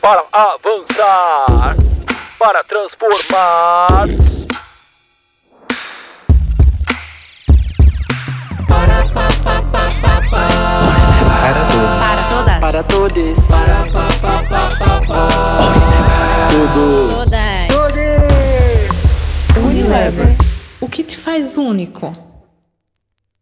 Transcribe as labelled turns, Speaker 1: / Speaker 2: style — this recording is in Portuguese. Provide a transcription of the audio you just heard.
Speaker 1: para avançar, para transformar.
Speaker 2: Para todos.
Speaker 3: Para todas.
Speaker 4: Para todos.
Speaker 3: todas.
Speaker 4: Unilever. O que te faz único?